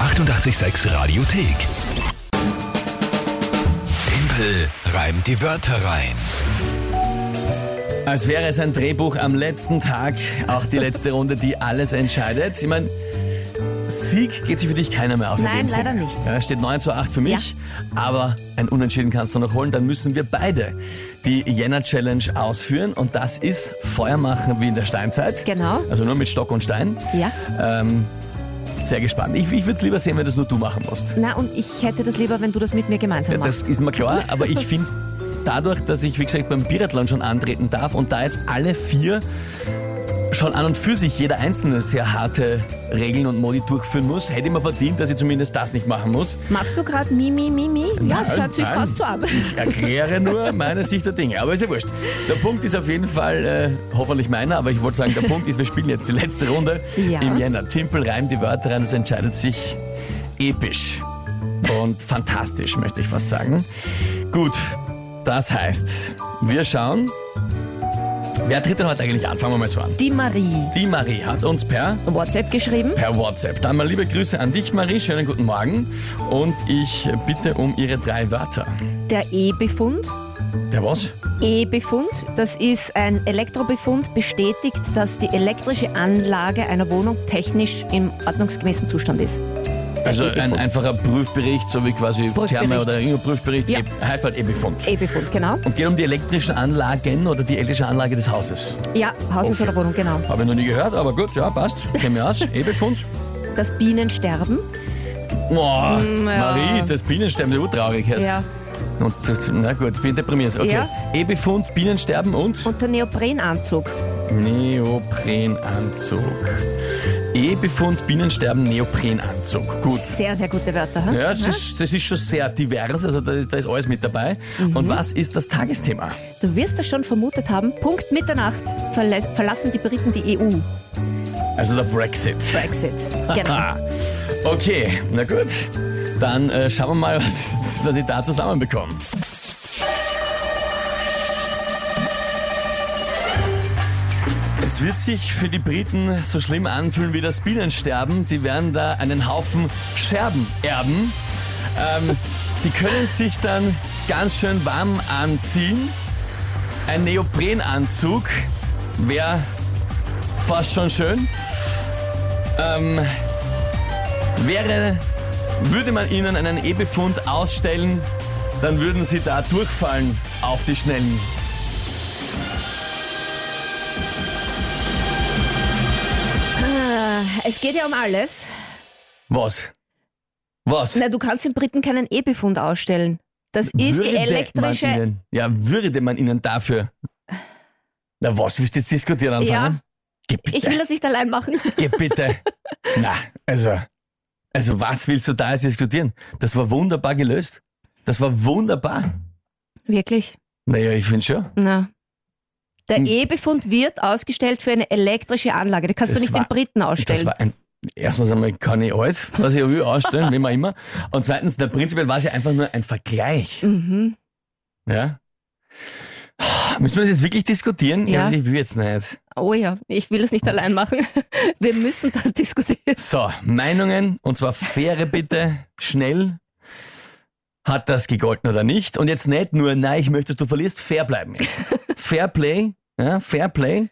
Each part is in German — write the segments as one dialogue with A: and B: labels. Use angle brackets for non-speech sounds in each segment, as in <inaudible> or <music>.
A: 886 Radiothek. Tempel reimt die Wörter rein.
B: Als wäre es ein Drehbuch am letzten Tag, auch die letzte Runde, die alles entscheidet. Ich meine, Sieg geht sich für dich keiner mehr aus. in
C: Nein,
B: dem Sinne.
C: leider nicht.
B: Ja, es steht 9 zu 8 für mich, aber ein Unentschieden kannst du noch holen. Dann müssen wir beide die Jänner-Challenge ausführen und das ist Feuer machen wie in der Steinzeit.
C: Genau.
B: Also nur mit Stock und Stein.
C: Ja.
B: Ähm, sehr gespannt. Ich, ich würde lieber sehen, wenn das nur du machen musst.
C: Na, und ich hätte das lieber, wenn du das mit mir gemeinsam
B: Ja,
C: machst.
B: das ist mir klar, aber ich finde dadurch, dass ich, wie gesagt, beim Biathlon schon antreten darf und da jetzt alle vier schon an und für sich jeder einzelne sehr harte Regeln und Modi durchführen muss, hätte ich mir verdient, dass ich zumindest das nicht machen muss.
C: Magst du gerade Mi, Mi, Mi, Mi? Ja, es
B: Nein,
C: hört sich
B: nein.
C: fast so an.
B: Ich erkläre
C: <laughs>
B: nur meine Sicht der Dinge, aber ist ja wurscht. Der Punkt ist auf jeden Fall äh, hoffentlich meiner, aber ich wollte sagen, der Punkt ist, wir spielen jetzt die letzte Runde
C: Ja.
B: im Jänner. Timpel reimt die Wörter rein, es entscheidet sich episch und fantastisch, möchte ich fast sagen. Gut, das heißt, wir schauen. Wer tritt denn heute eigentlich an? Fangen wir mal so an.
C: Die Marie.
B: Die Marie hat uns per
C: WhatsApp geschrieben.
B: per WhatsApp. Dann mal liebe Grüße an dich, Marie. Schönen guten Morgen. Und ich bitte um ihre drei Wörter.
C: Der E-Befund.
B: Der was?
C: E-Befund, das ist ein Elektrobefund, bestätigt, dass die elektrische Anlage einer Wohnung technisch im ordnungsgemäßen Zustand ist.
B: Also
C: E-Befund.
B: ein einfacher Prüfbericht, so wie quasi
C: Prüfbericht.
B: Therme oder irgendein Prüfbericht,
C: Ja.
B: e heißt halt E-Befund.
C: E-Befund, genau.
B: Und geht um die elektrischen Anlagen oder die elektrische Anlage des Hauses.
C: Ja, Haus ist
B: Okay.
C: oder Wohnung, genau.
B: Habe ich noch nie gehört, aber gut, ja, passt. Kenn mich
C: <laughs>
B: aus. E-Befund.
C: Das Bienensterben.
B: Boah,
C: Mm, ja.
B: Marie, das Bienensterben, der urtraurig heißt.
C: Ja.
B: Und das, na gut, ich bin deprimiert. Okay.
C: Ja.
B: E-Befund, Bienensterben und?
C: Und der Neoprenanzug.
B: Neoprenanzug. E-Befund, Bienensterben, Neoprenanzug. Gut.
C: Sehr, sehr gute Wörter. Hm?
B: Ja, das ist, das ist schon sehr divers, also da ist, da ist alles mit dabei. Und was ist das Tagesthema?
C: Du wirst das schon vermutet haben. Punkt Mitternacht verla verlassen die Briten die E EU.
B: Also der Brexit.
C: <laughs> Brexit. Genau.
B: Ah, okay, na gut. Dann äh, schauen wir mal, <laughs> was, was ich da zusammenbekomme. Es wird sich für die Briten so schlimm anfühlen wie das Bienensterben. Die werden da einen Haufen Scherben erben. Ähm, die können sich dann ganz schön warm anziehen. Ein Neoprenanzug wäre fast schon schön. Ähm, wäre, würde man ihnen einen E-Befund ausstellen, dann würden sie da durchfallen auf die Schnellen.
C: Es geht ja um alles.
B: Was? Was?
C: Na, du kannst den Briten keinen E-Befund ausstellen. Das ist die
B: Man
C: elektrische.
B: ihnen, ja, würde man ihnen dafür. Na, was willst du jetzt diskutieren anfangen? Geh bitte.
C: Ich will das nicht allein machen. <laughs>
B: Geh bitte. Na, also. Also, was willst du da jetzt diskutieren? Das war wunderbar gelöst. Das war wunderbar.
C: Wirklich?
B: Naja, ich finde schon.
C: Na. Der
B: Hm.
C: E-Befund wird ausgestellt für eine elektrische Anlage. Die kannst
B: Das
C: du nicht
B: war-
C: den Briten
B: Das
C: ausstellen.
B: war ein, erstens einmal kann ich alles, was ich will, ausstellen, wie man immer. Und zweitens, der prinzipiell war es ja einfach nur ein Vergleich.
C: mhm.
B: Ja? Müssen wir das jetzt wirklich diskutieren?
C: Ja.
B: Ich will jetzt nicht.
C: Oh ja, ich will das nicht allein machen. <laughs> Wir müssen das diskutieren.
B: So, Meinungen, und zwar faire bitte, schnell. Hat das gegolten oder nicht? Und jetzt nicht nur, nein, ich möchte, dass du verlierst, fair bleiben jetzt. Fair Play, ja, Fair Play.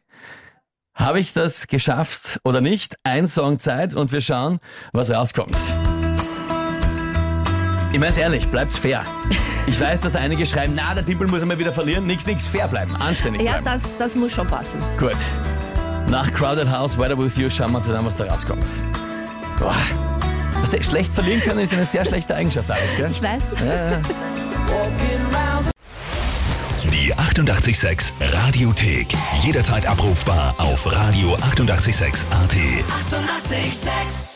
B: Habe ich das geschafft oder nicht? Ein Song Zeit und wir schauen, was rauskommt. Ich meine ehrlich, bleibt's fair. Ich weiß, dass da einige schreiben, na, der Timpel muss einmal wieder verlieren. Nix, nix, fair bleiben, anständig
C: Ja,
B: bleiben.
C: das, das muss schon passen.
B: Gut. Nach Crowded House, Weather With You, schauen wir zusammen, was da rauskommt. Boah. Dass der schlecht verlieren können, ist eine sehr schlechte Eigenschaft, Alex, gell?
C: Ich weiß.
A: Die 886 Radiothek. Jederzeit abrufbar auf radio886.at. 886!
D: 886